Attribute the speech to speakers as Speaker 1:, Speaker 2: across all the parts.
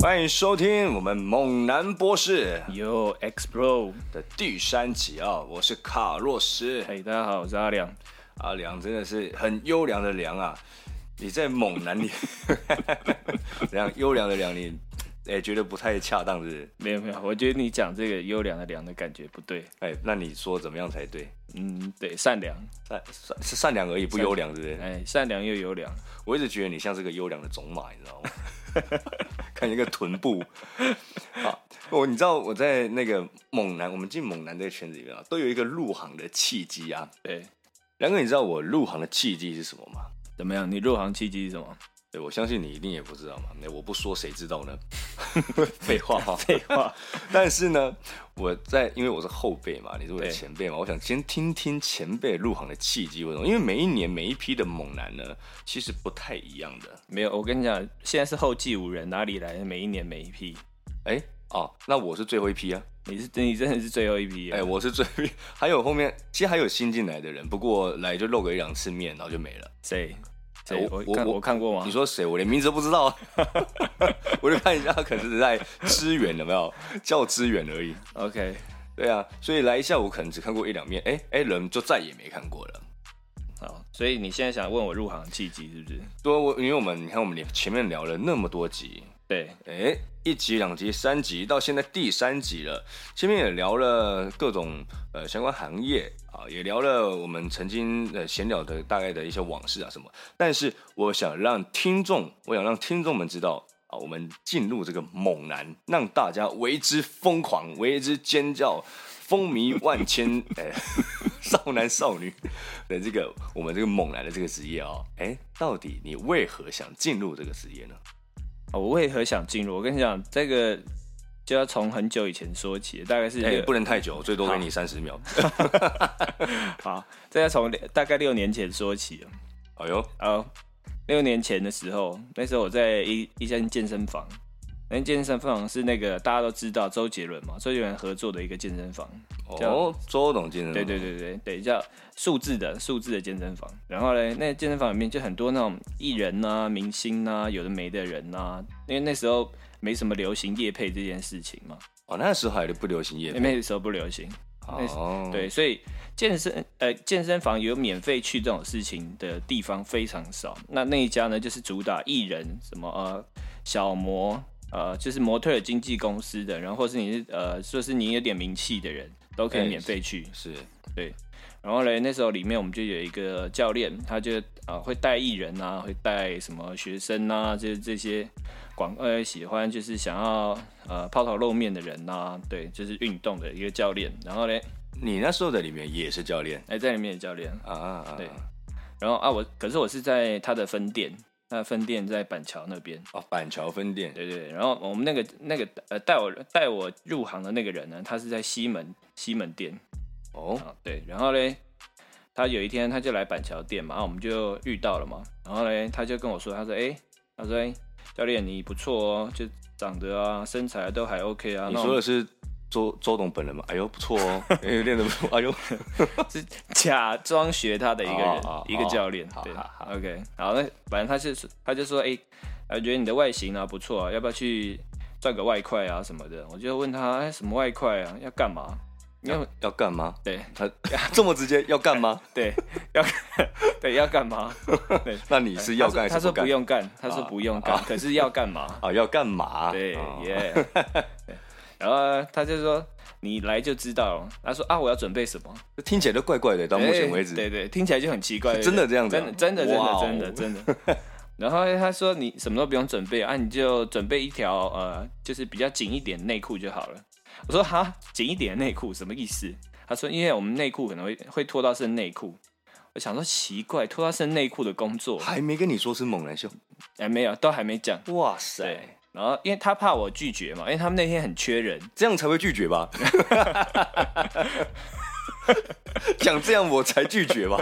Speaker 1: 欢迎收听我们猛男博士
Speaker 2: Yo X Bro，
Speaker 1: 的第三集啊、我是卡洛斯。
Speaker 2: 嘿，大家好，我是阿良。
Speaker 1: 阿良真的是很优良的良啊！你在猛男里 怎样优良的良你，哎、觉得不太恰当是不是？
Speaker 2: 没有没有，我觉得你讲这个优良的良的感觉不对。
Speaker 1: 哎、那你说怎么样才对？
Speaker 2: 嗯，对，善良，
Speaker 1: 善善是善良而已，不优良，是不是？
Speaker 2: 哎，善良又优良。
Speaker 1: 我一直觉得你像是个优良的种马，你知道吗？ 看你那个臀部，好，我你知道我在那个猛男，我们进猛男这个圈子里面啊，都有一个入行的契机啊。
Speaker 2: 对，
Speaker 1: 然哥，你知道我入行的契机是什么吗？
Speaker 2: 怎么样？你入行契机是什么？
Speaker 1: 对，我相信你一定也不知道嘛。那我不说谁知道呢？ 废话哈。
Speaker 2: 废话，
Speaker 1: 但是呢，我在因为我是后辈嘛，你是我的
Speaker 2: 对
Speaker 1: 前辈嘛，我想先听听前辈入行的契机为什么？因为每一年每一批的猛男呢，其实不太一样的。
Speaker 2: 没有。我跟你讲，现在是后继无人，哪里来的每一年每一批？
Speaker 1: 哎、哦，那我是最后一批啊！
Speaker 2: 你是你真的是最后一批、
Speaker 1: 哎、
Speaker 2: 啊。
Speaker 1: 我是最后一批， 还有后面其实还有新进来的人，不过来就露个一两次面，然后就没了。
Speaker 2: 谁？谁？
Speaker 1: 哎我
Speaker 2: 我看
Speaker 1: 我
Speaker 2: 我看过吗？
Speaker 1: 哦你说谁？我连名字都不知道 啊，我就看一下，可能是在支援有没有叫支援而已。
Speaker 2: OK？
Speaker 1: 对啊，所以来一下我可能只看过一两面，哎、哎、人就再也没看过了。
Speaker 2: 好，所以你现在想问我入行契机是不是？
Speaker 1: 多我因为我们你看我们前面聊了那么多集，
Speaker 2: 对，
Speaker 1: 哎、一集、两集、三集，到现在第三集了。前面也聊了各种呃相关行业啊，也聊了我们曾经呃闲聊的大概的一些往事啊什么。但是我想让听众，我想让听众们知道啊，我们进入这个猛男，让大家为之疯狂，为之尖叫。风靡万千，哎、少男少女的这个我们这个猛男的这个职业哦，哎、到底你为何想进入这个职业呢？
Speaker 2: 哦我为何想进入？我跟你讲，这个就要从很久以前说起，大概是
Speaker 1: 哎、
Speaker 2: 这个
Speaker 1: 不能太久，最多给你三十 秒。
Speaker 2: 好，这要从大概六年前说起了。
Speaker 1: 哎呦，
Speaker 2: 好，六年前的时候，那时候我在一一间健身房，那间健身房是那个大家都知道周杰伦嘛，周杰伦合作的一个健身房。这
Speaker 1: 哦
Speaker 2: 样，
Speaker 1: 周董健身，
Speaker 2: 对对，对对对，叫数字的数字的健身房。然后嘞，那健身房里面就很多那种艺人呐、明星呐、有的没的人呐、啊因为那时候没什么流行夜配这件事情嘛，
Speaker 1: 哦，那时候还不流行夜
Speaker 2: 因
Speaker 1: 配，
Speaker 2: 为那时候不流行。
Speaker 1: 哦，，
Speaker 2: 对，所以健身呃健身房有免费去这种事情的地方非常少。那那一家呢，就是主打艺人什么呃小模呃就是模特儿经纪公司的，然后或是你是呃说是你有点名气的人都可
Speaker 1: 哎
Speaker 2: 以免费去。
Speaker 1: 是，
Speaker 2: 然后嘞，那时候里面我们就有一个教练，他就呃会带艺人啊，会带什么学生啊，就是这些广呃喜欢就是想要呃抛头露面的人呐、啊对，就是运动的一个教练。然后嘞，
Speaker 1: 你那时候在里面也是教练
Speaker 2: 哎、在里面的教练。
Speaker 1: 啊啊，啊
Speaker 2: 对，然后啊，我可是我是在他的分店，他的分店在板桥那边，
Speaker 1: 哦，板桥分店，
Speaker 2: 对对。对然后我们那个那个呃带我带我入行的那个人呢，他是在西门西门店
Speaker 1: 哦，
Speaker 2: 啊，对。然后嘞，他有一天他就来板桥店嘛，啊，我们就遇到了嘛。然后嘞，他就跟我说，他说，哎、他说，哎、教练你不错哦，就长得啊身材啊都还 OK 啊。
Speaker 1: 你
Speaker 2: 那我
Speaker 1: 说
Speaker 2: 们
Speaker 1: 的是周周董本人吗？哎呦，不错 哦，哎呦，练的不错，哎呦，
Speaker 2: 是假装学他的一个人，
Speaker 1: 哦哦
Speaker 2: 一个教练。
Speaker 1: 好
Speaker 2: 对
Speaker 1: 好好
Speaker 2: ，OK，好，那反正他是他就说，哎、我觉得你的外形啊不错啊，要不要去赚个外快啊什么的？我就问他，哎、什么外快啊？要干嘛？因为
Speaker 1: 要要干嘛？
Speaker 2: 对
Speaker 1: 他 这么直接要干吗？
Speaker 2: 对 要对要干嘛？
Speaker 1: 那你是要干还
Speaker 2: 哎他说他
Speaker 1: 是
Speaker 2: 说
Speaker 1: 干啊
Speaker 2: 不？用干，他说不用干，可是要干嘛？
Speaker 1: 啊，要干嘛？
Speaker 2: 对
Speaker 1: 哦
Speaker 2: 耶。对然后他就说你来就知道了。他说啊，我要准备什么？
Speaker 1: 听起来都怪怪的，到目前
Speaker 2: 对
Speaker 1: 为止，
Speaker 2: 哎对对，听起来就很奇怪，对不对
Speaker 1: 真的这样子啊
Speaker 2: 真的真的真
Speaker 1: 哇
Speaker 2: 的
Speaker 1: 哦
Speaker 2: 真的真的。 然后他说你什么都不用准备啊，你就准备一条呃，就是比较紧一点的内裤就好了。我说哈，紧一点的内裤什么意思？他说因为我们内裤可能会会脱到剩内裤。我想说奇怪，脱到剩内裤的工作，
Speaker 1: 还没跟你说是猛男秀，
Speaker 2: 哎没有，都还没讲。
Speaker 1: 哇
Speaker 2: 对
Speaker 1: 塞，，
Speaker 2: 然后因为他怕我拒绝嘛，因为他们那天很缺人，
Speaker 1: 这样才会拒绝 吧？讲这样我才拒绝吧？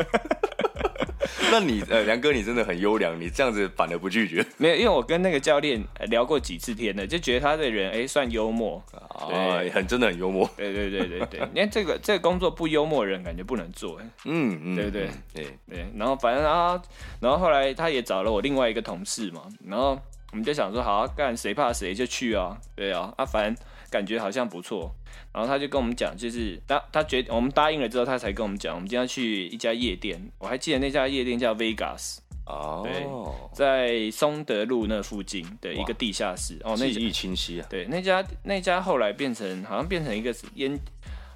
Speaker 1: 那你呃，梁哥，你真的很优良，你这样子反而不拒绝
Speaker 2: 没有，因为我跟那个教练呃聊过几次天了，就觉得他的人哎算幽默，
Speaker 1: 啊，
Speaker 2: 哎
Speaker 1: 很真的很幽默，
Speaker 2: 对对对对对，因 为这个这个工作不幽默的人感觉不能做，哎
Speaker 1: 嗯嗯，
Speaker 2: 对不对
Speaker 1: 嗯？对，
Speaker 2: 对。然后反正啊，然后后来他也找了我另外一个同事嘛，然后我们就想说，好啊，干谁怕谁就去啊，对啊，啊，反正感觉好像不错。然后他就跟我们讲，就是他他决我们答应了之后，他才跟我们讲，我们今天要去一家夜店，我还记得那家夜店叫 Vegas，
Speaker 1: 哦，
Speaker 2: 在松德路那附近的一个地下室。哦，那
Speaker 1: 记忆清晰啊，
Speaker 2: 对，那家那家后来变成好像变成一个烟，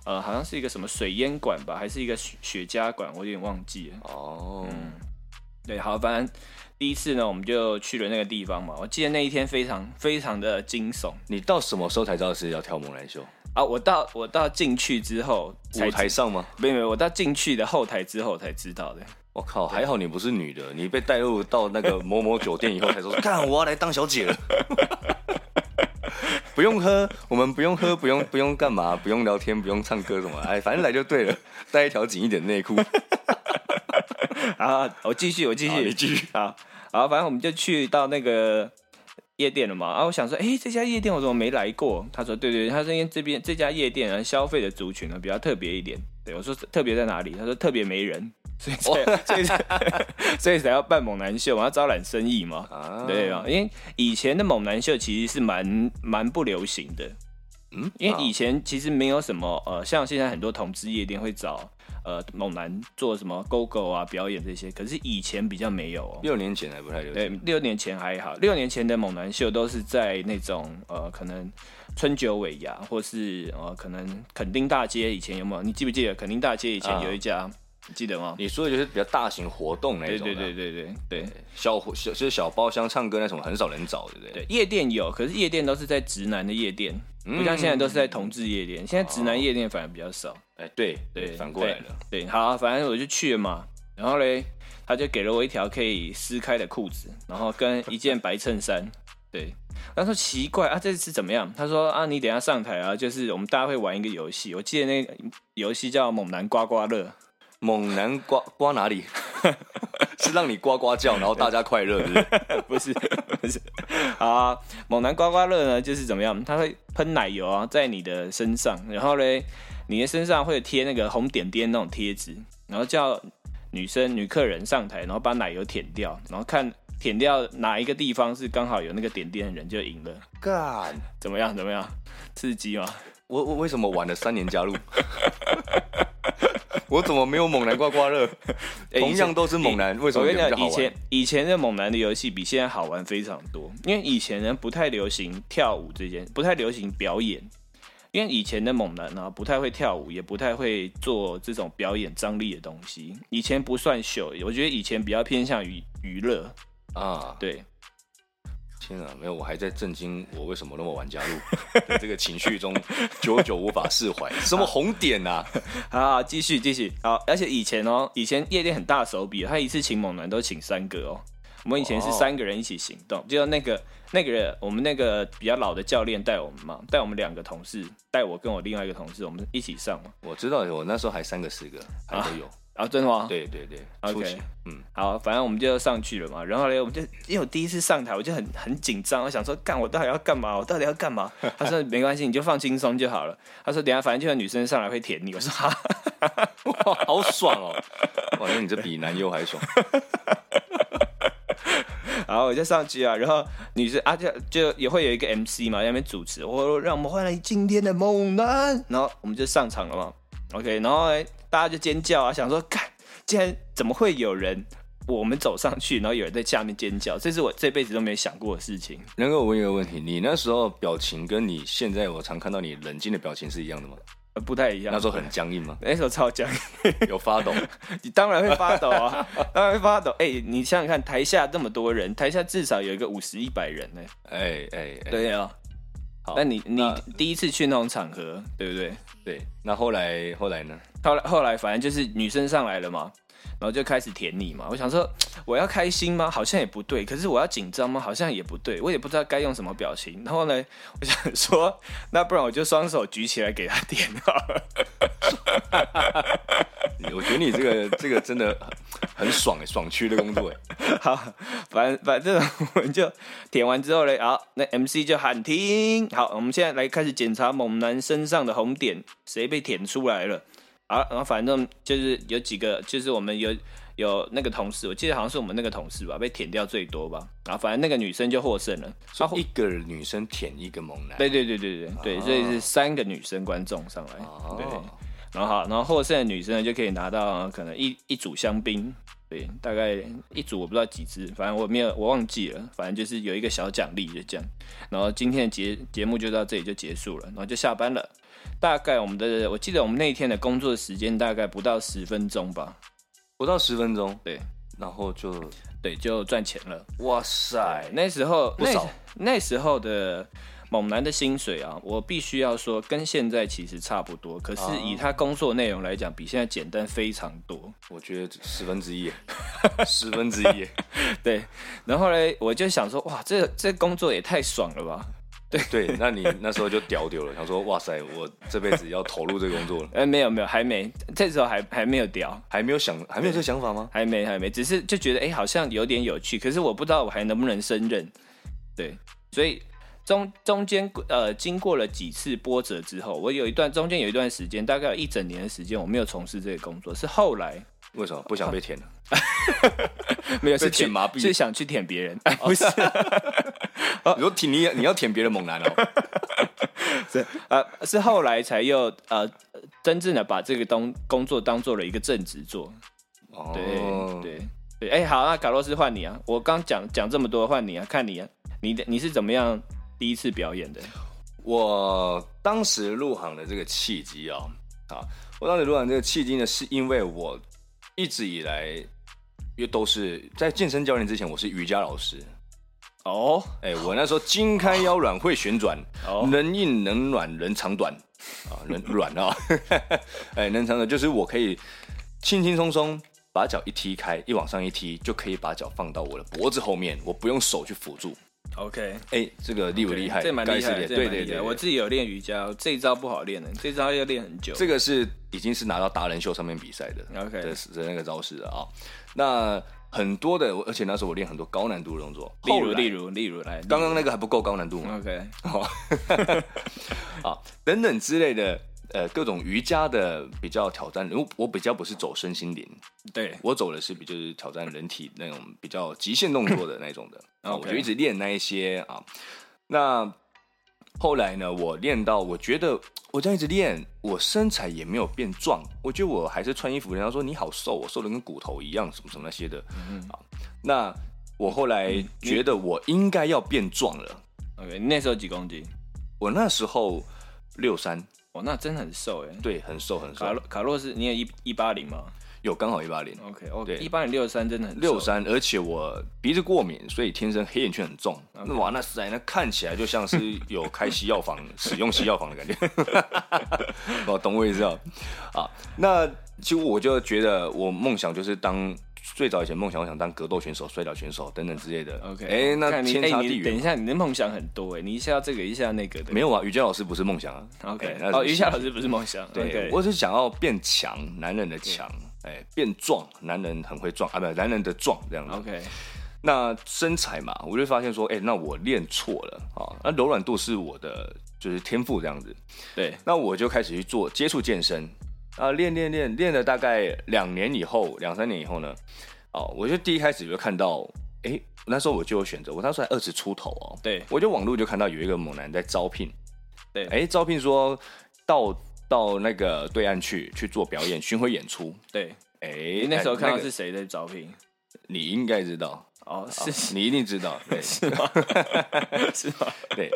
Speaker 2: 呃，好像是一个什么水烟馆吧，还是一个雪雪茄馆，我有点忘记了。
Speaker 1: 哦，
Speaker 2: 嗯对，好，反正第一次呢，我们就去了那个地方嘛。我记得那一天非常非常的惊悚
Speaker 1: 你到什么时候才知道是要跳猛男秀？
Speaker 2: 啊！我到我到进去之后才
Speaker 1: 舞台上吗？
Speaker 2: 没有没有，我到进去的后台之后才知道 的。
Speaker 1: 我靠，还好你不是女的，你被带入到那 个某某酒店以后才说，看我要来当小姐了。 不用喝，我们不用喝，不用不用干嘛，不用聊天，不用唱歌什么，哎，反正来就对了，带一条紧一点的内 裤。
Speaker 2: 啊，我继续，我继
Speaker 1: 好
Speaker 2: 续，
Speaker 1: 你继续
Speaker 2: 好，啊好，反正我们就去到那个夜店了嘛。啊，我想说，哎、这家夜店我怎么没来过？他说，对对对，他说因为这边这家夜店啊，消费的族群呢比较特别一点。对我说特别在哪里？他说特别没人， 所以才所 以才所以才要办猛男秀嘛，要招揽生意嘛。
Speaker 1: 啊
Speaker 2: 对啊，因为以前的猛男秀其实是蛮蛮不流行的，
Speaker 1: 嗯
Speaker 2: 因为以
Speaker 1: 你
Speaker 2: 前其实没有什么呃，像现在很多同志夜店会找呃猛男做什么勾勾啊表演这些，可是以前比较没有哦。
Speaker 1: 六年前还不太流
Speaker 2: 对
Speaker 1: 行，，
Speaker 2: 六年前还好，六年前的猛男秀都是在那种呃，可能春酒尾牙，或是呃，可能垦丁大街以前有没有？你记不记得垦丁大街以前
Speaker 1: 啊
Speaker 2: 有一家，你记得吗？
Speaker 1: 你说的就是比较大型活动那
Speaker 2: 对
Speaker 1: 一种
Speaker 2: 对
Speaker 1: 的，
Speaker 2: 对对对对
Speaker 1: 小活小就是小包厢唱歌那什么，很少人找，对不对？
Speaker 2: 对，夜店有，可是夜店都是在直男的夜店，不像现在都是在
Speaker 1: 嗯
Speaker 2: 同志夜店，现在
Speaker 1: 哦
Speaker 2: 直男夜店反而比较少。
Speaker 1: 哎，对
Speaker 2: 对，
Speaker 1: 反过来了，
Speaker 2: 对，好、反正我就去了嘛。然后嘞，他就给了我一条可以撕开的裤子，然后跟一件白衬衫。对，他说奇怪啊，这次怎么样？他说啊，你等一下上台啊，就是我们大家会玩一个游戏，我记得那个游戏叫猛男刮刮乐。
Speaker 1: 猛男刮刮哪里？ 是让你呱呱叫，然后大家快乐，是不是？
Speaker 2: 不是不是，好啊，猛男刮刮乐呢，就是怎么样？它会喷奶油啊，在你的身上，然后嘞，你的身上会有贴那个红点点那种贴纸，然后叫女生女客人上台，然后把奶油舔掉，然后看舔掉哪一个地方是刚好有那个点点的人就赢了，
Speaker 1: 干，
Speaker 2: 怎么样？怎么样？刺激吗？
Speaker 1: 我我为什么晚了三年加入？ 我怎么没有猛男刮刮乐？
Speaker 2: 哎
Speaker 1: 同样都是猛男，为什
Speaker 2: 我
Speaker 1: 么
Speaker 2: 跟你
Speaker 1: 你比较
Speaker 2: 讲，
Speaker 1: 好
Speaker 2: 以
Speaker 1: 玩
Speaker 2: 前？以前的猛男的游戏比现在好玩非常多，因为以前人不太流行跳舞这件，不太流行表演，因为以前的猛男呢、不太会跳舞，也不太会做这种表演张力的东西。以前不算秀，我觉得以前比较偏向于娱乐。
Speaker 1: 啊，
Speaker 2: 对，
Speaker 1: 天啊，没有，我还在震惊，我为什么那么晚加入？ 在这个情绪中，久久无法释 怀。什么红点啊？
Speaker 2: 好好，继续继续，好，而且以前哦，以前夜店很大手笔，他一次请猛男都请三个哦。我们以前是
Speaker 1: 哦
Speaker 2: 三个人一起行动，就那个那个人，我们那个比较老的教练带我们嘛，带我们两个同事，带我跟我另外一个同事，我们一起上嘛。
Speaker 1: 我知道，我那时候还三个四个，还都有。
Speaker 2: 啊，真的吗？，
Speaker 1: 对对对，
Speaker 2: OK
Speaker 1: 初期，嗯，
Speaker 2: 好，反正我们就上去了嘛。然后嘞，我们就因为我第一次上台，我就很很紧张，我想说，干我到底要干嘛？我到底要干嘛？他说没关系，你就放轻松就好了。他说等一下反正就有女生上来会舔你。我说哈，
Speaker 1: 哇，好爽哦！ 哇，那你这比男优还爽。
Speaker 2: 然后我就上去啊，然后女生啊就就也会有一个 MC 嘛，在那边主持，我说让我们欢迎今天的猛男，然后我们就上场了嘛，OK，然后呢大家就尖叫啊，想说看，竟然怎么会有人我们走上去，然后有人在下面尖叫，这是我这辈子都没想过的事情。
Speaker 1: 能够问一个问题，你那时候表情跟你现在我常看到你冷静的表情是一样的吗？
Speaker 2: 呃不太一样，？
Speaker 1: 那时候很僵硬吗
Speaker 2: 那时候超僵，
Speaker 1: 有发抖？
Speaker 2: 你当然会发抖啊，当然会发抖。哎、你想想看，台下那么多人，台下至少有一个五十一百人呢、
Speaker 1: 哎哎，哎
Speaker 2: 对啊，
Speaker 1: 好
Speaker 2: 那你你
Speaker 1: 那
Speaker 2: 第一次去那种场合，对不对？
Speaker 1: 对。那后来后来呢？
Speaker 2: 后来后来反正就是女生上来了嘛，然后就开始舔你嘛。我想说，我要开心吗？好像也不对，可是我要紧张吗？好像也不对，我也不知道该用什么表情。然后呢，我想说，那不然我就双手举起来给她舔好了。
Speaker 1: 我觉得你这个这个真的很很爽哎，爽区的工作哎。
Speaker 2: 好，反反正我们就舔完之后嘞，好，那 MC 就喊停。好，我们现在来开始检查猛男身上的红点，谁被舔出来了。好，然后反正就是有几个，就是我们有有那个同事，我记得好像是我们那个同事吧，被舔掉最多吧。然后反正那个女生就获胜了。
Speaker 1: 所以一个女生舔一个猛男，
Speaker 2: 对对对对对对，所以是三个女生观众上来，
Speaker 1: 哦
Speaker 2: 对。然后好，然后获胜的女生呢就可以拿到呃可能一一组香槟，对，大概一组我不知道几支，反正我没有我忘记了，反正就是有一个小奖励就这样。然后今天的节节目就到这里就结束了，然后就下班了。大概我们的我记得我们那一天的工作时间大概不到十分钟吧，
Speaker 1: 不到十分钟，
Speaker 2: 对，
Speaker 1: 然后就
Speaker 2: 对，就赚钱了。哎
Speaker 1: 哇塞
Speaker 2: 对，那时候
Speaker 1: 不少
Speaker 2: 那，那时候的猛男的薪水啊，我必须要说跟现在其实差不多，可是
Speaker 1: 哦
Speaker 2: 以他工作内容来讲，比现在简单非常多。
Speaker 1: 我觉得十分之一，欸十分之 一，
Speaker 2: 对，然后嘞，我就想说，哇，这这工作也太爽了吧！
Speaker 1: 对，那你那时候就屌丢了，想说哇塞，我这辈子要投入这个工作了，
Speaker 2: 哎、没有没有，还没，这时候还还没有屌，
Speaker 1: 还没有想，还没有这个想法吗？
Speaker 2: 还没还没，只是就觉得哎、好像有点有趣，可是我不知道我还能不能胜任。对，所以中中间呃，经过了几次波折之后，我有一段中间有一段时间，大概有一整年的时间，我没有从事这个工作，是后来
Speaker 1: 为什么不想被舔了？
Speaker 2: 没有是
Speaker 1: 被舔
Speaker 2: 去
Speaker 1: 麻痹哦
Speaker 2: 是想去舔别人，哎 不是
Speaker 1: 你说舔你，你要舔别的猛男哦，
Speaker 2: 呃，是后来才又呃，真正的把这个东工作当做了一个正职做， 对
Speaker 1: 哦，
Speaker 2: 对对，哎、好，那卡洛斯换你啊！我刚讲讲这么多，换你啊，看你啊，你的你是怎么样第一次表演的？
Speaker 1: 我当时入行的这个契机啊、啊，我当时入行这个契机呢，是因为我一直以来因为都是在健身教练之前，我是瑜伽老师。
Speaker 2: 哦
Speaker 1: 哎、我那时候筋开腰软会旋转，
Speaker 2: 哦，
Speaker 1: 能硬能软能长短啊，能 软啊，哎、能长短就是我可以轻轻松松把脚一踢开，一往上一踢就可以把脚放到我的脖子后面，我不用手去辅助。
Speaker 2: OK，
Speaker 1: 哎、这个厉不厉害？
Speaker 2: 这蛮
Speaker 1: 该
Speaker 2: 厉
Speaker 1: 是
Speaker 2: 害的，这
Speaker 1: 对
Speaker 2: 蛮厉
Speaker 1: 对
Speaker 2: 害
Speaker 1: 对，
Speaker 2: 的我自己有练瑜伽，这一招不好练的，这招要练很久。
Speaker 1: 这个是已经是拿到达人秀上面比赛的
Speaker 2: OK
Speaker 1: 的的那个招式了啊、那很多的，而且那时候我练很多高难度的动作，
Speaker 2: 例如
Speaker 1: 后来
Speaker 2: 例如例如来，
Speaker 1: 刚刚那个还不够高难度嘛，
Speaker 2: OK
Speaker 1: 啊等等之类的，呃，各种瑜伽的比较挑战，因为我比较不是走身心灵，
Speaker 2: 对
Speaker 1: 我走的是比就是挑战人体那种比较极限动作的那种的，啊，我
Speaker 2: OK
Speaker 1: 就一直练那一些啊。那后来呢，我练到我觉得我这样一直练，我身材也没有变壮，我觉得我还是穿衣服，人家说你好瘦哦，我瘦的跟骨头一样，什么什么那些的、啊。那我后来觉得我应该要变壮了，
Speaker 2: OK，你那时候几公斤？
Speaker 1: 我那时候六三，
Speaker 2: 哇，那真的很瘦哎。
Speaker 1: 对，很瘦很瘦
Speaker 2: 卡，洛卡洛斯，你也一一八零吗
Speaker 1: 有刚好一八零。
Speaker 2: ？OK，哦，
Speaker 1: 对
Speaker 2: 一八零六三真的很瘦
Speaker 1: 六三，而且我鼻子过敏，所以天生黑眼圈很重。那哇，那实在那看起来就 像是有开西药房使用西药房的感觉。 哦，懂我意思啊？啊，那其实我就觉得我梦想就是当最早以前梦想，我想当格斗选手、摔跤选手等等之类的。
Speaker 2: OK，
Speaker 1: 哎、那
Speaker 2: 看你
Speaker 1: 天
Speaker 2: 哎
Speaker 1: 差
Speaker 2: 你
Speaker 1: 地
Speaker 2: 等
Speaker 1: 远。
Speaker 2: 一下，你的梦想很多哎，你一下这个，一下那个的。
Speaker 1: 没有啊，瑜伽老师不是梦想啊。哎
Speaker 2: OK，
Speaker 1: 那是
Speaker 2: 哦，瑜
Speaker 1: 兴
Speaker 2: 伽
Speaker 1: 趣
Speaker 2: 老师不是梦想，
Speaker 1: 对
Speaker 2: OK
Speaker 1: 我是想要变强，男人的强，哎、变壮，男人很会壮啊，不，男人的壮这样子。
Speaker 2: OK，
Speaker 1: 那身材嘛，我就发现说，哎、那我练错了啊、那柔软度是我的就是天赋这样子，
Speaker 2: 对，
Speaker 1: 那我就开始去做接触健身啊，练练练练了大概两年以后，两三年以后呢，哦，我就第一开始就看到，哎、那时候我就有选择，我那时候才二十出头哦，
Speaker 2: 对
Speaker 1: 我就网络就看到有一个猛男在招聘，
Speaker 2: 对
Speaker 1: 哎、招聘说到到那个对岸去去做表演巡回演出，
Speaker 2: 对。
Speaker 1: 哎、
Speaker 2: 你那时候
Speaker 1: 哎
Speaker 2: 看到
Speaker 1: 个
Speaker 2: 是谁在招聘？
Speaker 1: 你应该知道，啊
Speaker 2: 哦，是 是
Speaker 1: 你一定知道，对。
Speaker 2: 吗？是吗？
Speaker 1: 对，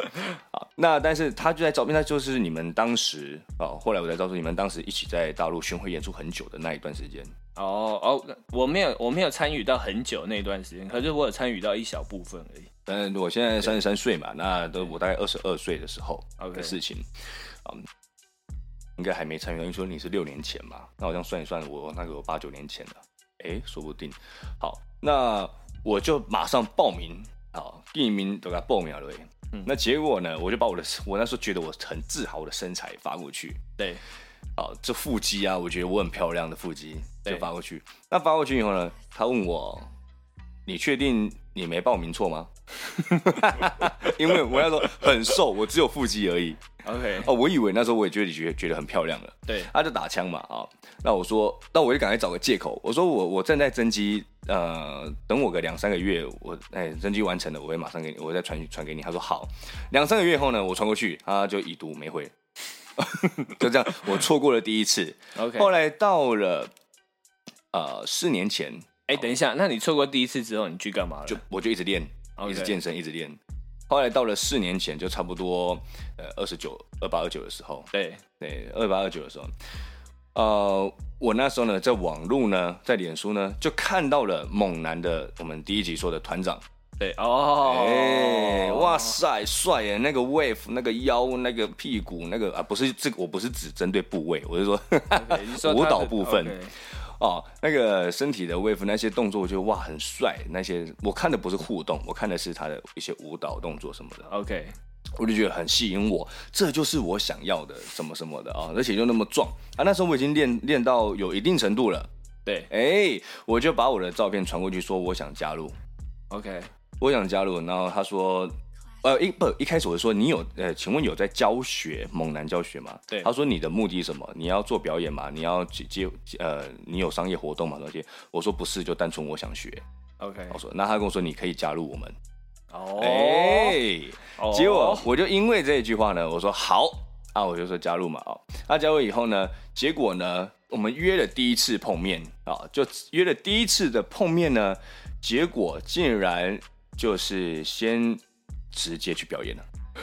Speaker 1: 好，那但是他就在招聘，那就是你们当时哦，后来我才知道说你们当时一起在大陆巡回演出很久的那一段时间。
Speaker 2: 哦哦，我没有我没有参与到很久那段时间，可是我有参与到一小部分而已。
Speaker 1: 嗯，我现在三十三岁嘛，那都我大概二十二岁的时候
Speaker 2: OK
Speaker 1: 的事情，嗯，应该还没参与到。因为说你是六年前嘛，那我这样算一算，我那个有八九年前了，哎、说不定。好，那我就马上报名，好，第一名都给他报名了、嗯
Speaker 2: 嗯、
Speaker 1: 那结果呢，我就把我的我那时候觉得我很自豪我的身材发过去，
Speaker 2: 对，
Speaker 1: 好，这腹肌啊，我觉得我很漂亮的腹肌就
Speaker 2: 对
Speaker 1: 发过去。那发过去以后呢，他问我：“你确定你 没报名错吗？”因为我要说很瘦，我只有腹肌而已。
Speaker 2: OK，
Speaker 1: 哦，我以为那时候我也觉得觉得觉得很漂亮了。
Speaker 2: 对，
Speaker 1: 他就打枪嘛啊、那我说，那我就赶快找个借口，我说我我正在增肌，呃，等我个两三个月，我哎增肌完成了，我会马上给你，我再传传给你。他说好，两三个月后呢，我传过去，他就已读没回， 就这样，我错过了第一次。
Speaker 2: OK，
Speaker 1: 后来到了呃四年前，
Speaker 2: 哎、等一下，那你错过第一次之后，你去干嘛了？
Speaker 1: 就我就一直练，
Speaker 2: OK
Speaker 1: 一直健身，一直练。后来到了四年前，就差不多呃二十九、二八、二九的时候，
Speaker 2: 对，
Speaker 1: 对，二八二九的时候，呃，我那时候呢，在网络呢，在脸书呢，就看到了猛男的我们第一集说的团长，
Speaker 2: 对，哦，
Speaker 1: 哎、哇塞，帅耶！那个 wave，那个腰，那个屁股，那个啊，不是这个，我不是只针对部位，我是说
Speaker 2: OK，你 说他
Speaker 1: 舞
Speaker 2: 的
Speaker 1: 蹈部分
Speaker 2: OK，
Speaker 1: 哦，那个身体的 wave 那些动作，我觉得哇很帅。那些我看的不是互动，我看的是他的一些舞蹈动作什么的，
Speaker 2: OK，
Speaker 1: 我就觉得很吸引我，这就是我想要的什么什么的啊、而且又那么壮啊！那时候我已经练练到有一定程度了，
Speaker 2: 对
Speaker 1: 哎、我就把我的照片传过去，说我想加入，
Speaker 2: ，OK，
Speaker 1: 我想加入。然后他说，呃，一不一开始我说你有呃，请问有在教学猛男教学吗？
Speaker 2: 对
Speaker 1: 他说你的目的是什么？你要做表演吗？你要接接呃，你有商业活动吗？那些我说不是，就单纯我想学。
Speaker 2: OK，
Speaker 1: 我说那他跟我说你可以加入我们，
Speaker 2: 哦，
Speaker 1: 哎、
Speaker 2: 哦
Speaker 1: 结果我就因为这一句话呢，我说好啊，我就说加入嘛啊、哦，那加入以后呢，结果呢，我们约了第一次碰面啊、就约了第一次的碰面呢，结果竟然就是先直接去表演了，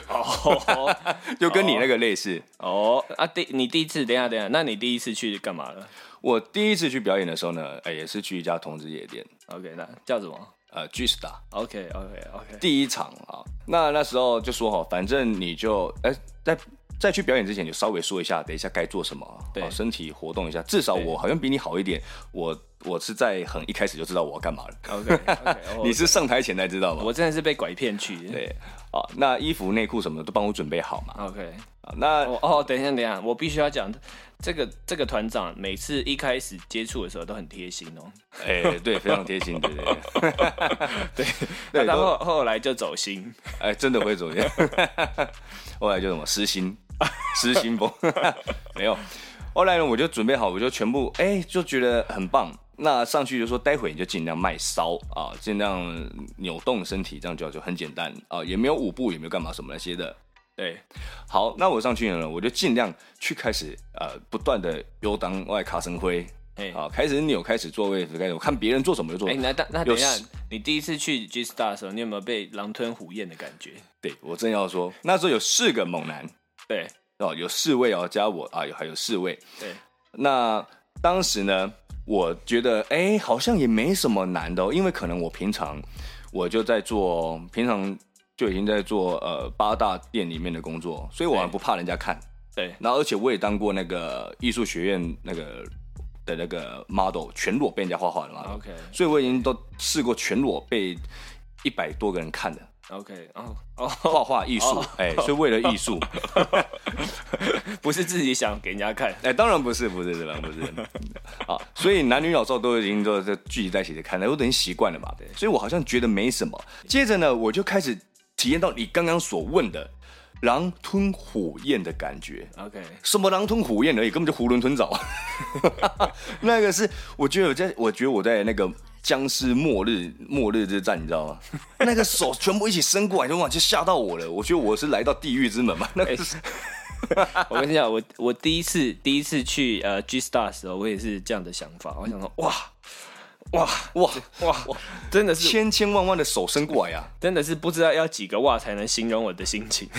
Speaker 2: 哦
Speaker 1: 就跟你那个类似。
Speaker 2: 哦啊，第你第一次，等一下等一下，那你第一次去干嘛了
Speaker 1: 我第一次去表演的时候呢，哎，也是去一家同志夜店，
Speaker 2: ？OK，那叫什么
Speaker 1: 呃，G Star
Speaker 2: ？OK OK OK，
Speaker 1: 第一场啊，那那时候就说哈，反正你就哎、在在去表演之前，就稍微说一下，等一下该做什么，
Speaker 2: 对
Speaker 1: 好身体活动一下。至少
Speaker 2: 对
Speaker 1: 我好像比你好一点，我我是在很一开始就知道我要干嘛了。
Speaker 2: OK OK，
Speaker 1: 你是上台前才知道吗？
Speaker 2: 哦我真的是被拐骗去的。
Speaker 1: 对，啊，那衣服内裤什么的都帮我准备好嘛。
Speaker 2: OK，
Speaker 1: 啊那
Speaker 2: 哦哦，等一下等一下，我必须要讲这个这个团长每次一开始接触的时候都很贴心哦，
Speaker 1: 哎、对，非常贴心，对 对对，
Speaker 2: 那
Speaker 1: 对
Speaker 2: 然
Speaker 1: 都
Speaker 2: 后后来就走心。
Speaker 1: 哎、真的会走样。 后来就什么失 心，失心疯， 没有。后来呢，我就准备好，我就全部哎、就觉得很棒。那上去就说，待会你就尽量卖骚啊，尽量扭动身体，这样就好就很简单啊，也没有舞步，也没有干嘛什么那些的。
Speaker 2: 对，
Speaker 1: 好，那我上去呢，我就尽量去开始呃，不断的游荡外卡神灰
Speaker 2: 哎、
Speaker 1: 啊，开始扭，开始做位置，开始我看别人做什么就做
Speaker 2: 哎、
Speaker 1: 什么。
Speaker 2: 那那那等
Speaker 1: 有
Speaker 2: 一下
Speaker 1: 时，
Speaker 2: 你第一次去 G Star 的时候，你有没有被狼吞虎咽的感觉？
Speaker 1: 对我正要说，那时候有四个猛男
Speaker 2: 对
Speaker 1: 哦，有四位哦，加我啊，有还有四位，
Speaker 2: 对，
Speaker 1: 那当时呢，我觉得哎、诶好像也没什么难的、哦，因为可能我平常我就在做，平常就已经在做呃八大店里面的工作，所以我还
Speaker 2: 对
Speaker 1: 不怕人家看。
Speaker 2: 对
Speaker 1: 然后而且我也当过那个艺术学院那个的那个 model，全裸被人家画画的 model，、
Speaker 2: ，OK
Speaker 1: 所以我已经都试过全裸被一百多个人看 的
Speaker 2: OK，哦哦，
Speaker 1: 画画艺术，哎、所以为了艺术。
Speaker 2: 不是自己想给人家看，
Speaker 1: 哎、当然不是，不是，当然不是啊！所以男女老少都已经都在聚集在一起的看了，我等于习惯了嘛。所以我好像觉得没什么。接着呢，我就开始体验到你刚刚所问的狼吞虎咽的感觉。
Speaker 2: OK，
Speaker 1: 什么狼吞虎咽而已，根本就囫囵吞枣。 那个是，我觉得我在，我觉得我在那个僵尸末日末日之战，你知道吗？那个手全部一起伸过来，就哇，就吓到我了。我觉得我是来到地狱之门嘛。那个是
Speaker 2: 我跟你讲，我我第一次第一次去呃 G Star 的时候，我也是这样的想法，我想说，哇哇
Speaker 1: 哇，
Speaker 2: 哇，真的是
Speaker 1: 千千万万的手伸过来 啊！
Speaker 2: 真的是不知道要几个哇才能形容我的心情。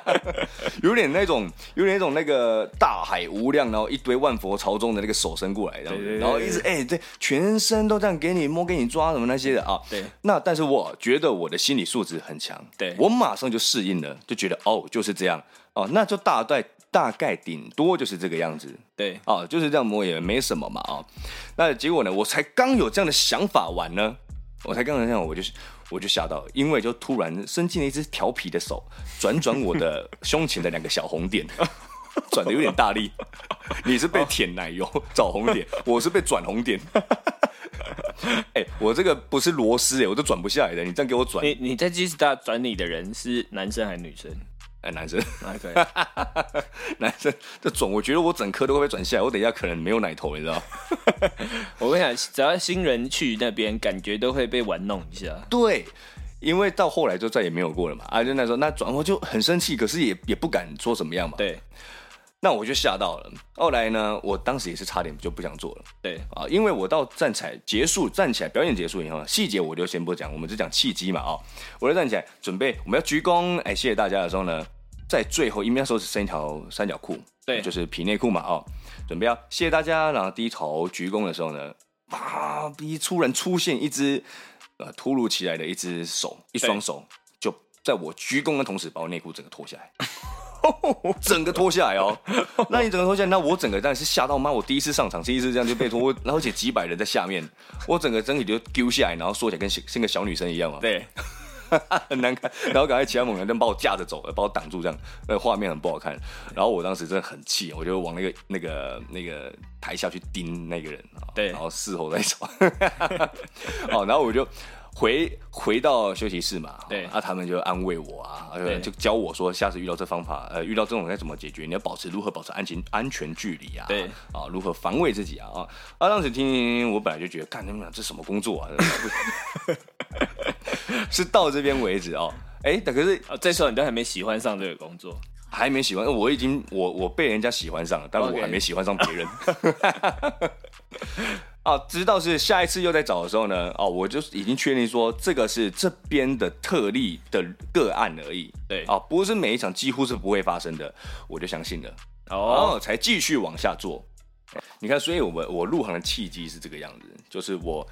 Speaker 1: 有点那种，有点那种那个大海无量，然后一堆万佛朝宗的那个手伸过来，这样子，
Speaker 2: 对对对
Speaker 1: 然后一直哎、对，全身都这样给你摸、给你抓什么那些的啊。
Speaker 2: 对
Speaker 1: 那但是我觉得我的心理素质很强，
Speaker 2: 对
Speaker 1: 我马上就适应了，就觉得哦就是这样哦，那就大概大概顶多就是这个样子
Speaker 2: 对
Speaker 1: 哦，就是这样摸也没什么嘛哦。那结果呢，我才刚有这样的想法完呢，我才刚有这样，我就是。我就吓到了，因为就突然伸进了一只调皮的手，转转我的 胸前的两个小红点， 转的有点大力。你是被舔奶油找红点，我是被转红点。 哎、我这个不是螺丝哎、我都转不下来的，你这样给我转，
Speaker 2: 你你在 G Star 转你的人是男生还是女生？
Speaker 1: 哎，男生，
Speaker 2: 那可以。
Speaker 1: 男生，这转，我觉得我整颗都会被转下来，我等一下可能没有奶头，你知道？
Speaker 2: 我跟你讲，只要新人去那边，感觉都会被玩弄一下。
Speaker 1: 对，因为到后来就再也没有过了嘛。啊，就那时候那转我就很生气，可是也也不敢说怎么样嘛。
Speaker 2: 对
Speaker 1: 那我就吓到了。后来呢，我当时也是差点就不想做了
Speaker 2: 对，
Speaker 1: 啊，因为我到站起来结束，站起来表演结束以后，细节我就先不讲，我们只讲契机嘛啊、哦。我就站起来准备我们要鞠躬，哎，谢谢大家的时候呢，在最后，因为那时候是穿一条三角裤，
Speaker 2: 对
Speaker 1: 就是皮内裤嘛哦，准备要谢谢大家，然后低头鞠躬的时候呢，啪，逼突然出现一只呃突如其来的一只手，一双手就在我鞠躬的同时把我内裤整个脱下来。 整个脱下来哦，那你整个脱下来，那我整个当然是吓到妈！我第一次上场，第一次这样就被脱，我然后而且几百人在下面，我整个身体就丢下来，然后缩起来跟小像个小女生一样嘛，
Speaker 2: 对，
Speaker 1: 很难看。然后赶快其他猛男就把我架着走，把我挡住，这样那个画面很不好看。然后我当时真的很气，我就往那个那个那个台下去盯那个人，哦
Speaker 2: 对
Speaker 1: 然后事后再找。 哦，然后我就。回回到休息室嘛，哦
Speaker 2: 对
Speaker 1: 啊，他们就安慰我啊，呃
Speaker 2: 对
Speaker 1: 就教我说，下次遇到这方法，呃，遇到这种该怎么解决，你要保持如何保持安全安全距离啊，
Speaker 2: 对
Speaker 1: 啊，如何防卫自己啊，啊，啊，当时听听听，我本来就觉得，干他们俩这什么工作啊， 是到这边为止哦。哎，但可是
Speaker 2: 哦，这时候你都还没喜欢上这个工作，
Speaker 1: 还没喜欢，我已经我我被人家喜欢上了，但
Speaker 2: OK
Speaker 1: 我还没喜欢上别人。 啊，直到是下一次又在找的时候呢，哦，我就已经确定说这个是这边的特例的个案而已。
Speaker 2: 对
Speaker 1: 啊，不是每一场几乎是不会发生的，我就相信了，
Speaker 2: 哦，
Speaker 1: 哦，才继续往下做。你看，所以我们我入行的契机是这个样子，就是我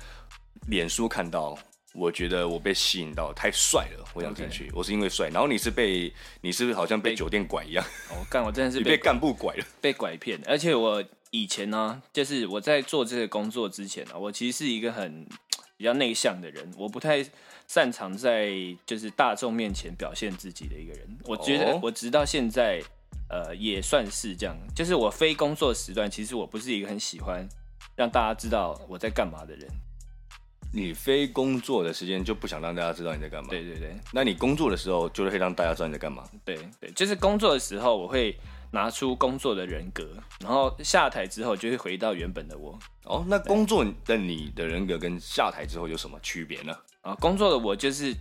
Speaker 1: 脸书看到，我觉得我被吸引到，太帅了，我想进去。我是因为帅，然后你是被你是不是好像被酒店拐一样，
Speaker 2: 我哦干、我真的是
Speaker 1: 你 被
Speaker 2: 被
Speaker 1: 干部拐了？
Speaker 2: 被拐骗，而且我以前呢、就是我在做这个工作之前啊，我其实是一个很比较内向的人，我不太擅长在就是大众面前表现自己的一个人。我觉得
Speaker 1: 哦
Speaker 2: 我直到现在，呃，也算是这样，就是我非工作时段，其实我不是一个很喜欢让大家知道我在干嘛的人。
Speaker 1: 你非工作的时间就不想让大家知道你在干嘛？
Speaker 2: 对，对对，
Speaker 1: 那你工作的时候就会让大家知道你在干嘛？
Speaker 2: 对对，就是工作的时候，我会拿出工作的人格，然后下台之后就会回到原本的我。
Speaker 1: 哦，那工作的你的人格跟下台之后有什么区别呢？
Speaker 2: 啊，工作的我就是，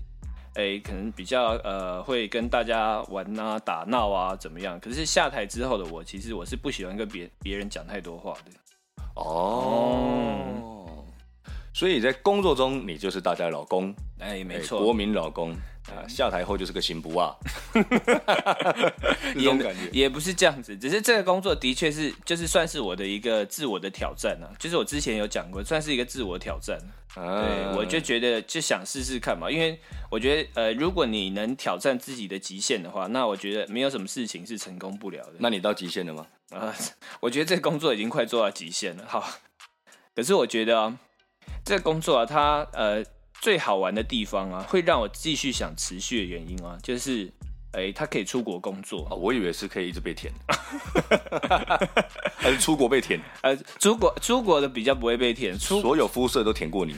Speaker 2: 诶、可能比较呃会跟大家玩啊、打闹啊怎么样。可是下台之后的我，其实我是不喜欢跟别别人讲太多话的。
Speaker 1: 哦，所以在工作中你就是大家的老公，
Speaker 2: 哎、没
Speaker 1: 哎
Speaker 2: 错，嗯
Speaker 1: 国民老公啊，下台后就是个行不 啊，这
Speaker 2: 也
Speaker 1: 种感觉。
Speaker 2: 也不是这样子，只是这个工作的确是就是算是我的一个自我的挑战啊，就是我之前有讲过，算是一个自我挑战。啊对，
Speaker 1: 对
Speaker 2: 我就觉得就想试试看嘛，因为我觉得呃，如果你能挑战自己的极限的话，那我觉得没有什么事情是成功不了的。
Speaker 1: 那你到极限了吗？
Speaker 2: 啊、我觉得这工作已经快做到极限了。好，可是我觉得、啊、这工作啊，它呃最好玩的地方啊，会让我继续想持续的原因啊，就是哎、它可以出国工作，
Speaker 1: 哦，我以为是可以一直被 舔，还是出国被舔，
Speaker 2: 呃，出国出国的比较不会被舔，出
Speaker 1: 所有肤色都舔过你。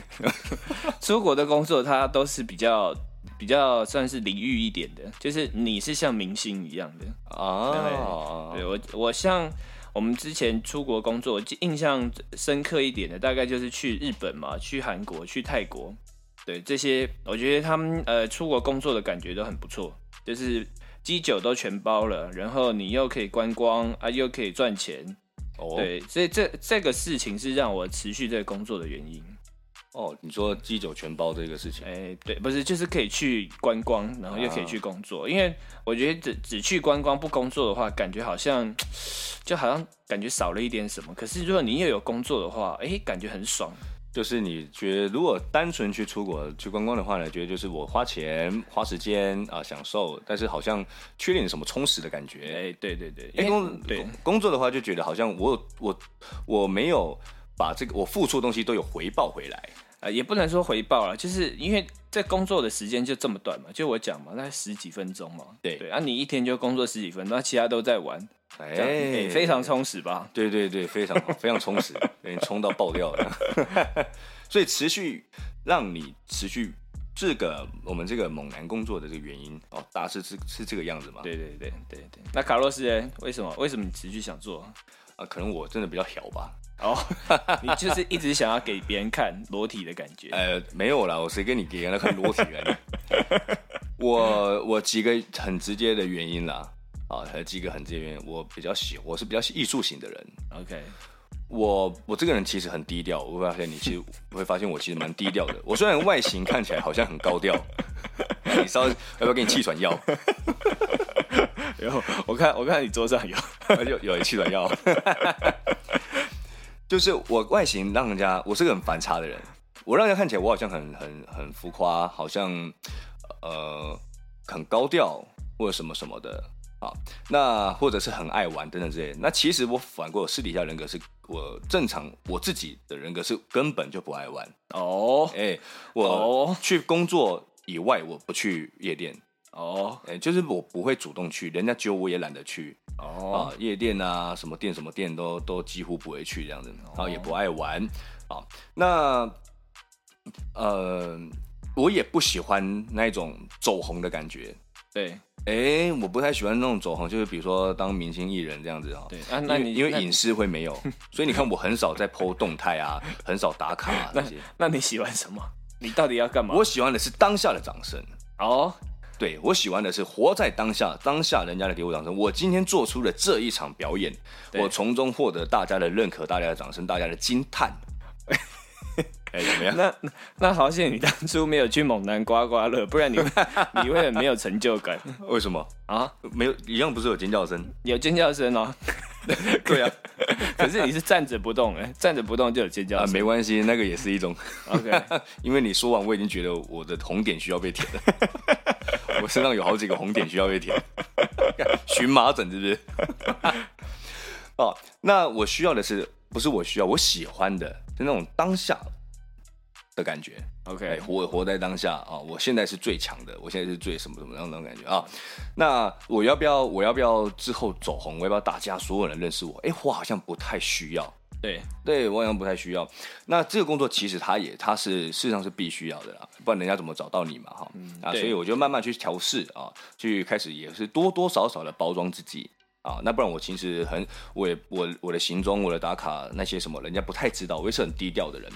Speaker 2: 出国的工作它都是比较。比较算是领域一点的，就是你是像明星一样的。
Speaker 1: 哦，
Speaker 2: 对我，我像我们之前出国工作，我记印象深刻一点的，大概就是去日本嘛，去韩国，去泰国，对这些，我觉得他们呃出国工作的感觉都很不错，就是基酒都全包了，然后你又可以观光啊，又可以赚钱，
Speaker 1: 哦，
Speaker 2: 对，所以这这个事情是让我持续这个工作的原因。
Speaker 1: 哦，你说鸡酒全包这个事情
Speaker 2: 哎、，对，不是，就是可以去观光，然后又可以
Speaker 1: 啊
Speaker 2: 去工作，因为我觉得只只去观光不工作的话，感觉好像就好像感觉少了一点什么。可是如果你又有工作的话，哎、感觉很爽。
Speaker 1: 就是你觉得如果单纯去出国去观光的话呢，觉得就是我花钱花时间啊享受，但是好像缺点什么充实的感
Speaker 2: 哎、
Speaker 1: 觉。
Speaker 2: 对对对，
Speaker 1: 哎、
Speaker 2: 因为嗯
Speaker 1: 工
Speaker 2: 对
Speaker 1: 工工作的话就觉得好像我有我我没有把这个我付出的东西都有回报回来。
Speaker 2: 呃，也不能说回报了，就是因为在工作的时间就这么短嘛，就我讲嘛，大概十几分钟嘛。
Speaker 1: 对
Speaker 2: 对，啊，你一天就工作十几分钟，那其他都在玩，
Speaker 1: 哎、
Speaker 2: 哎、诶非常充实吧？
Speaker 1: 对对对，非常好，非常 充实， 被你充到爆掉了。所以持续让你持续这个我们这个猛男工作的这个原因哦，大致是是这个样子吗？
Speaker 2: 对对对对对。那卡洛斯呢？为什么？为什么你持续想做？
Speaker 1: 啊，可能我真的比较小吧。
Speaker 2: 哦， 你就是一直想要给别人看裸体的感觉。
Speaker 1: 呃，没有啦，我谁跟你给人家看裸体了？你我我几个很直接的原因啦，啊，还有几个很直接原因，我比较喜，我是比较艺术型的人。
Speaker 2: OK，
Speaker 1: 我我这个人其实很低调，我会发现你其实我会发现我其实蛮低调的。我虽然外形看起来好像很高调，你稍微要不要给你气喘药？
Speaker 2: 有我看我看你桌上有，
Speaker 1: 有有气喘药， 就是我外形让人家我是个很反差的人，我让人家看起来我好像很很很浮夸，好像呃很高调或者什么什么的啊，那或者是很爱玩等等之类的。那其实我反过我私底下人格是我正常我自己的人格是根本就不爱玩，
Speaker 2: 哦
Speaker 1: 哎、我
Speaker 2: 哦
Speaker 1: 去工作以外我不去夜店，
Speaker 2: 哦
Speaker 1: 哎、就是我不会主动去，人家揪我也懒得去。
Speaker 2: 哦
Speaker 1: 啊，夜店啊，什么店什么店都都几乎不会去这样子，
Speaker 2: 哦
Speaker 1: 然后也不爱玩啊。那呃，我也不喜欢那一种走红的感觉。
Speaker 2: 对
Speaker 1: 哎、我不太喜欢那种走红，就是比如说当明星艺人这样子哈。
Speaker 2: 对啊，
Speaker 1: 因
Speaker 2: 那
Speaker 1: 为
Speaker 2: 你
Speaker 1: 因
Speaker 2: 那
Speaker 1: 为隐私会没有， 所以你看我很少在 PO 动态啊，很少打卡啊这些。
Speaker 2: 那你喜欢什么？ 你到底要干嘛？
Speaker 1: 我喜欢的是当下的掌声，
Speaker 2: 哦
Speaker 1: 对我喜欢的是活在当下，当下人家来给我掌声。我今天做出了这一场表演，
Speaker 2: 对
Speaker 1: 我从中获得大家的认可、大家的掌声、大家的惊叹。哎、怎么样？
Speaker 2: 那那那好险，你当初没有去猛男刮刮乐，不然 你你会很没有成就感
Speaker 1: 为什么
Speaker 2: 啊！
Speaker 1: 没有一样不是有尖叫声？
Speaker 2: 有尖叫声 哦，
Speaker 1: 对啊，
Speaker 2: 可是你是站着不动哎，站着不动就有尖
Speaker 1: 啊
Speaker 2: 叫，声。
Speaker 1: 没关系，那个也是一种。
Speaker 2: OK，
Speaker 1: 因为你说完，我已经觉得我的红点需要被填了。我身上有好几个红点需要被填，荨麻疹是不是？ 哦，那我需要的是不是我需要？我喜欢的是那种当下的感觉。哎、
Speaker 2: OK，
Speaker 1: 活活在当下啊、我现在是最强的，我现在是最什么什么样的那种感觉啊、那我要不要？我要不要之后走红？我要不要大家所有人认识我？哎、我好像不太需要。
Speaker 2: 对，
Speaker 1: 对，我好像不太需要。那这个工作其实它也它是事实上是必须要的啦，不然人家怎么找到你嘛哈、啊，
Speaker 2: 嗯对
Speaker 1: 所以我就慢慢去调试啊，去开始也是多多少少的包装自己啊，那不然我其实很我也我我的行踪我的打卡那些什么人家不太知道，我也是很低调的人。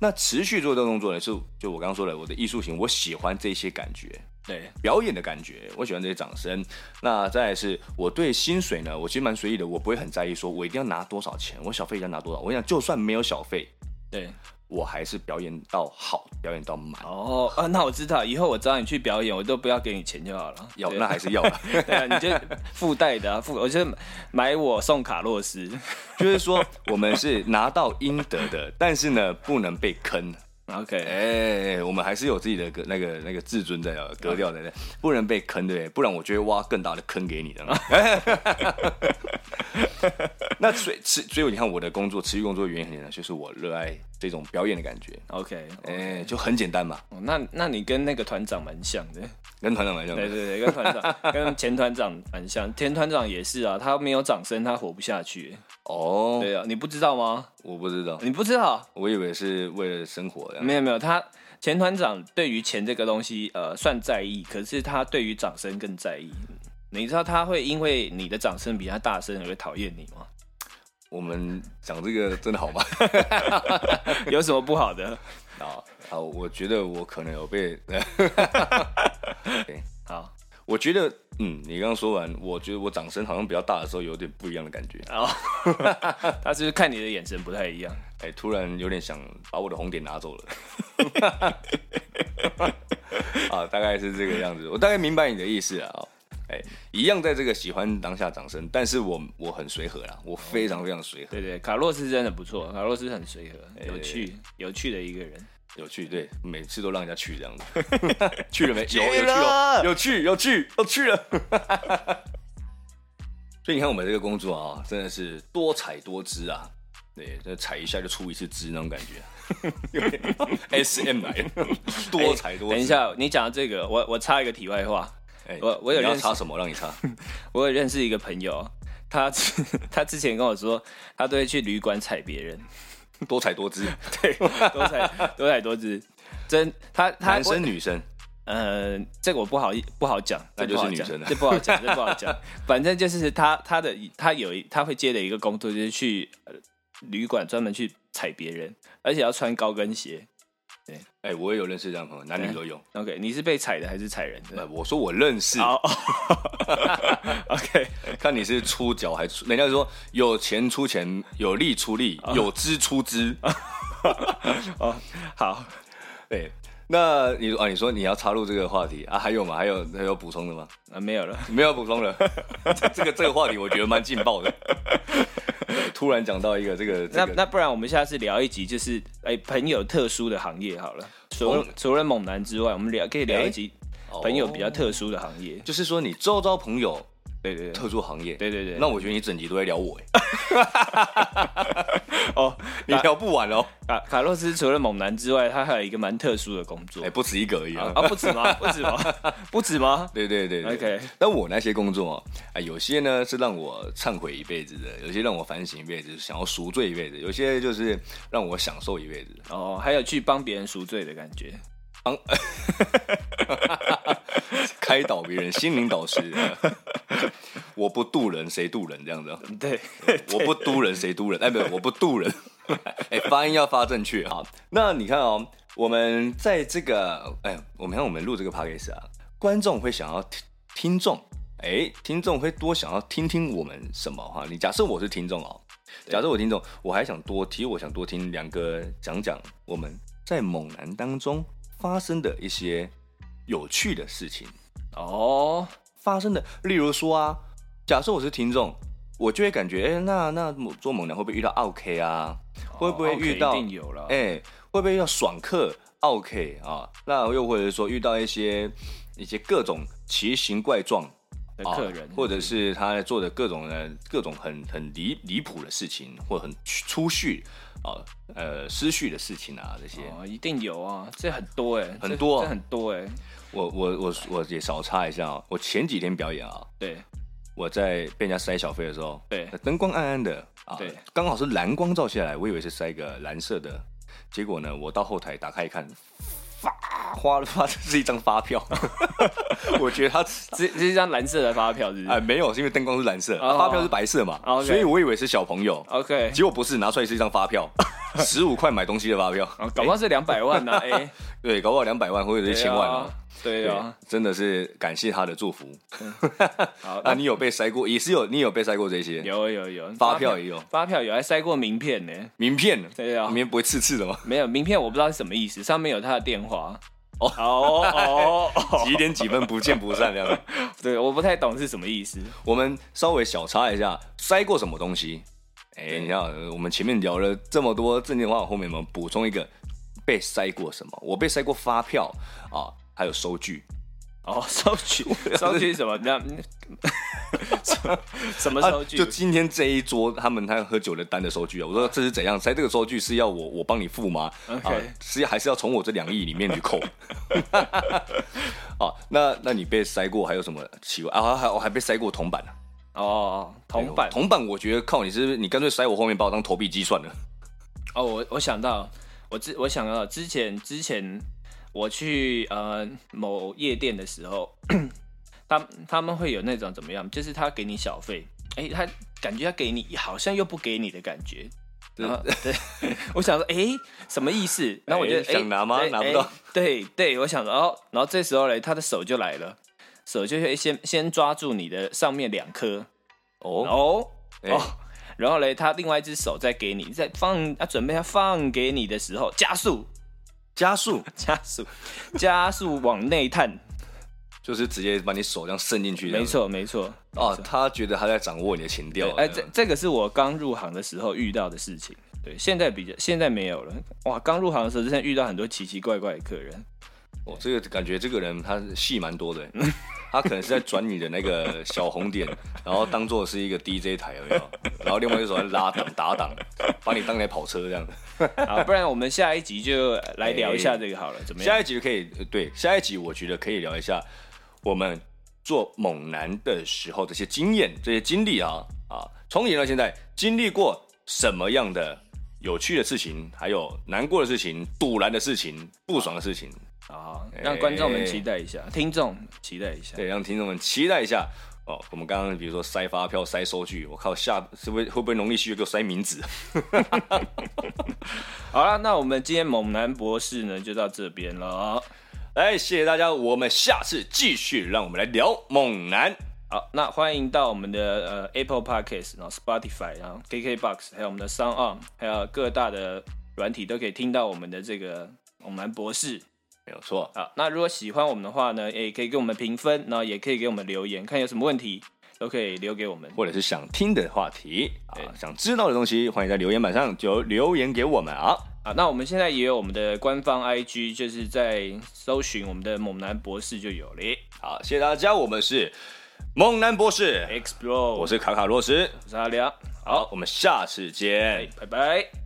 Speaker 1: 那持续做这个动作呢，是就我刚刚说的我的艺术型，我喜欢这些感觉，
Speaker 2: 对，
Speaker 1: 表演的感觉，我喜欢这些掌声。那再来是我对薪水呢，我其实蛮随意的，我不会很在意，说我一定要拿多少钱，我小费一定要拿多少。我想，就算没有小费，
Speaker 2: 对，
Speaker 1: 我还是表演到好，表演到满。
Speaker 2: 哦啊，那我知道，以后我找你去表演，我都不要给你钱就好了。
Speaker 1: 要
Speaker 2: 对
Speaker 1: 那还是要啦，
Speaker 2: 对啊，你就附带的啊，附，我就买我送卡洛斯。
Speaker 1: 就是说我们是拿到应得的，但是呢，不能被坑。哎、
Speaker 2: OK，
Speaker 1: 我们还是有自己的格那个那个自尊在的格调在的，不能被坑，对不对？不然我就会挖更大的坑给你的。那所以，持所以你看我的工作，持续工作的原因很简单，就是我热爱这种表演的感觉。
Speaker 2: OK，
Speaker 1: 哎、就很简单嘛，
Speaker 2: 哦那那你跟那个团长蛮像的，
Speaker 1: 跟团长蛮像
Speaker 2: 对
Speaker 1: 的。
Speaker 2: 对对，跟团 长跟前团长蛮像，前团长也是啊，他没有掌声他活不下去。
Speaker 1: 哦，
Speaker 2: 对啊，你不知道吗？
Speaker 1: 我不知道，
Speaker 2: 你不知道？
Speaker 1: 我以为是为了生活的。
Speaker 2: 没有没有，他前团长对于钱这个东西，呃，算在意，可是他对于掌声更在意。你知道他会因为你的掌声比他大声而会讨厌你吗？
Speaker 1: 我们讲这个真的好吗？
Speaker 2: 有什么不好的？
Speaker 1: 啊啊，我觉得我可能有被，
Speaker 2: 好，
Speaker 1: 我觉得，嗯，你刚刚说完，我觉得我掌声好像比较大的时候有点不一样的感觉。
Speaker 2: 然后哦 他是不是看你的眼神不太一样？
Speaker 1: 哎、突然有点想把我的红点拿走了。 啊，大概是这个样子，我大概明白你的意思了啊。哎、一样在这个喜欢当下掌声，但是我我很随和啦，我非常非常随和，
Speaker 2: 对对，卡洛斯真的不错，卡洛斯很随和，
Speaker 1: 哎
Speaker 2: 有趣，有趣的一个人。
Speaker 1: 有趣，对，每次都让人家去这 样子，去了没？有有
Speaker 2: 去
Speaker 1: 去
Speaker 2: 了
Speaker 1: 哦，有去有去有去了。 所以你看我们这个工作啊，真的是多彩多姿啊，对，这踩一下就出一次汁那种感觉， 有点 S M 来了，哎多彩多姿。
Speaker 2: 哎等一下，你讲到这个，我我插一个题外话，
Speaker 1: 哎
Speaker 2: 我我有
Speaker 1: 你要
Speaker 2: 认识
Speaker 1: 插什么？让你插。
Speaker 2: 我有认识一个朋友，他他之 前跟我说，他都会去旅馆踩别人，
Speaker 1: 多彩多姿，
Speaker 2: 对，多踩多踩多姿。真他他
Speaker 1: 男生女生，
Speaker 2: 呃，这个我不好意不好讲，
Speaker 1: 那
Speaker 2: 这
Speaker 1: 就是
Speaker 2: 不好
Speaker 1: 女
Speaker 2: 讲
Speaker 1: 生了
Speaker 2: 这不好讲，这不 好讲。反正就是他他的他有一他会接的一个工作，就是去呃旅馆专门去踩别人，而且要穿高跟鞋。
Speaker 1: 哎、我也有认识这样的朋友，男女都有。
Speaker 2: OK，你是被踩的还是踩人的？
Speaker 1: 呃，我说我认识，
Speaker 2: 好，OK，
Speaker 1: 看你是出脚还出，人家说有钱出钱，有力出力，有资出资。
Speaker 2: 哦，好，
Speaker 1: 对，那你啊，你说你要插入这个话题啊？还有吗？还有还有补充的吗？
Speaker 2: 啊，没有了。
Speaker 1: 没有补充 了。这这个这个话题我觉得蛮劲爆的。对突然讲到一个这个
Speaker 2: 那
Speaker 1: 这个，
Speaker 2: 那不然我们下次聊一集，就是哎、朋友特殊的行业好了。除
Speaker 1: 哦
Speaker 2: 了除了猛男之外，我们聊可以
Speaker 1: 哎
Speaker 2: 聊一集朋友比较特殊的行业。
Speaker 1: 就是说你周遭朋友
Speaker 2: 对对对
Speaker 1: 特殊行业，
Speaker 2: 对对对。
Speaker 1: 那我觉得你整集都在聊 我，哎
Speaker 2: 哦，
Speaker 1: 你聊不完哦。
Speaker 2: 卡卡洛斯除了猛男之外，他还有一个蛮特殊的工作
Speaker 1: 哎，。不止一个而已啊
Speaker 2: 啊。啊，不止吗？不 止吗？不止吗？
Speaker 1: 对对对对
Speaker 2: OK
Speaker 1: 但我那些工作啊、哎有些呢是让我忏悔一辈子的，有些让我反省一辈子，想要赎罪一辈子，有些就是让我享受一辈子。
Speaker 2: 哦，还有去帮别人赎罪的感觉。
Speaker 1: 开导别人，心灵导 师。我不渡人，谁渡人？这样子啊，
Speaker 2: 嗯对，
Speaker 1: 我不渡人，谁渡人？哎，不是，我不渡人。 哎，发音要发正确啊。那你看哦，我们在这个，哎，我们看我们录这个 podcast 啊，观众会想要听，听众，哎，听众会多想要听听我们什么哈、你假设我是听众哦，假设我听众，我还想多，其实我想多听两个讲讲我们在猛男当中发生的一些有趣的事情。
Speaker 2: 哦，
Speaker 1: 发生的。例如说啊，假设我是听众，我就会感觉，哎、那那做猛男会不会遇到 OK 啊？会不会
Speaker 2: 哦
Speaker 1: 遇到
Speaker 2: 一定有了。
Speaker 1: 哎、会不会遇到爽客 OK 啊？那又或者说遇到一些一些各种奇形怪状。
Speaker 2: 的
Speaker 1: 啊
Speaker 2: 客人
Speaker 1: 或者是他做的各种的各种很很离离谱的事情，或很出序啊，呃，失序的事情啊，这些，
Speaker 2: 哦，一定有啊，这很多哎，
Speaker 1: 很
Speaker 2: 这
Speaker 1: 多啊
Speaker 2: 这很多哎。
Speaker 1: 我我我我也少插一下啊、我前几天表演啊，
Speaker 2: 对
Speaker 1: 我在被人家塞小费的时候，
Speaker 2: 对
Speaker 1: 呃，灯光暗暗的啊，
Speaker 2: 对，
Speaker 1: 刚好是蓝光照下来，我以为是塞一个蓝色的，结果呢，我到后台打开一看，发花了发，这 是一张发票，我觉得它
Speaker 2: 这这是一张蓝色的发票，是不是、
Speaker 1: 哎、没有，是因为灯光是蓝色，
Speaker 2: 哦
Speaker 1: 发票是白色嘛，
Speaker 2: 哦，OK 哦
Speaker 1: 所以我以为是小朋友，
Speaker 2: o k
Speaker 1: 结果不是，拿出来是一张发票，十五块买东西的发票，
Speaker 2: 啊，搞不好是两百万 呢、啊，哎、
Speaker 1: 对，搞不好两百万或者是一千万哦。
Speaker 2: 对啊，
Speaker 1: 对真的是感谢他的祝福。
Speaker 2: 好，
Speaker 1: 那
Speaker 2: 那
Speaker 1: 你有被塞过，也是有，你有被塞过这些
Speaker 2: 有有有
Speaker 1: 发票也有
Speaker 2: 发票有还塞过名片呢，
Speaker 1: 名片？
Speaker 2: 对啊
Speaker 1: 名片不会刺刺的吗？
Speaker 2: 没有名片我不知道是什么意思，上面有他的电话。哦哦 哦，
Speaker 1: 几点几分不见不散这样子。
Speaker 2: 对，我不太懂是什么意思。
Speaker 1: 我们稍微小查一下，塞过什么东西？哎、你看我们前面聊了这么多正经话，后面我们补充一个被塞过什么？我被塞过发票啊，还有收据。
Speaker 2: 哦， 收据收据什么？那 什么啊收据？
Speaker 1: 啊就今天这一桌他们他喝酒的单的收据啊，我说这是怎样塞这个收据是要我我帮你付吗
Speaker 2: OK
Speaker 1: 啊，是还是要从我这两亿里面去扣？ 啊，那那你被塞过还有什么奇怪啊？还我还被塞过铜板啊。
Speaker 2: 哦，铜板。
Speaker 1: 铜板，我觉得靠你是不是你干脆塞我后面，把我当投币机算了。
Speaker 2: 哦，我我想到，我之我想到之前之前我去呃某夜店的时候，他他们会有那种怎么样，就是他给你小费，哎、他感觉他给你好像又不给你的感觉。
Speaker 1: 对
Speaker 2: 然后对， 我想说，哎、什么意思？然后我就、
Speaker 1: 哎
Speaker 2: 哎
Speaker 1: 想拿吗
Speaker 2: 对
Speaker 1: 拿不
Speaker 2: 哎
Speaker 1: 到
Speaker 2: 对对，我想，然后然后这时候嘞，他的手就来了，手就会先先抓住你的上面两颗，
Speaker 1: 哦，
Speaker 2: 哦、
Speaker 1: 哎
Speaker 2: 哦，然后嘞，他另外一只手再给你，再放，他、准备要放给你的时候，加速，
Speaker 1: 加速
Speaker 2: 加速，加速往 内探，
Speaker 1: 就是直接把你手这样伸进去。
Speaker 2: 没。错没错。
Speaker 1: 哦，他觉得他在掌握你的情调啊
Speaker 2: 对，。哎、这这个是我刚入行的时候遇到的事情。对，现在比较现在没有了。哇，刚入行的时候真的遇到很多奇奇怪怪的客 人。
Speaker 1: 我哦这个感觉这个人他戏蛮多的， 他可能是在转你的那个小红点，然后当做是一个 DJ 台而已，然后另外一手在拉档打档，把你当台跑车这样。
Speaker 2: 好，不然我们下一集就来聊一下这个好了，怎么样？
Speaker 1: 下一集可以呃对，下一集我觉得可以聊一下我们做猛男的时候这些经验、这些经历啊啊，从以前到现在经历过什么样的有趣的事情，还有难过的事情、堵然的事情、不爽的事情，
Speaker 2: 啊，让观众们期待一下，听众期待一下。
Speaker 1: 哎对，让听众们期待一下。哦，我们刚刚比如说塞发票、塞收据，我靠下，是不是会不会农历七月给我塞名字？
Speaker 2: 好了，那我们今天猛男博士呢就到这边了。
Speaker 1: 哎，谢谢大家，我们下次继续，让我们来聊猛男。
Speaker 2: 好，那欢迎到我们的呃 Apple Podcast，然后 Spotify，然后 KKBox，还有我们的 Sound On，还有各大的软体都可以听到我们的这个猛男博士。
Speaker 1: 没有错，
Speaker 2: 好，那如果喜欢我们的话呢，也可以给我们评分，然后也可以给我们留言，看有什么问题都可以留给我们。
Speaker 1: 或者是想听的话题啊
Speaker 2: 对，
Speaker 1: 想知道的东西，欢迎在留言板上就留言给我们啊。
Speaker 2: 啊，那我们现在也有我们的官方 IG，就是在搜寻我们的猛男博士就有了。
Speaker 1: 好，谢谢大家，我们是猛男博士，
Speaker 2: 哎 Explore，
Speaker 1: 我是卡卡洛斯。
Speaker 2: 我是阿良，
Speaker 1: 好，我们下次见。
Speaker 2: 拜拜。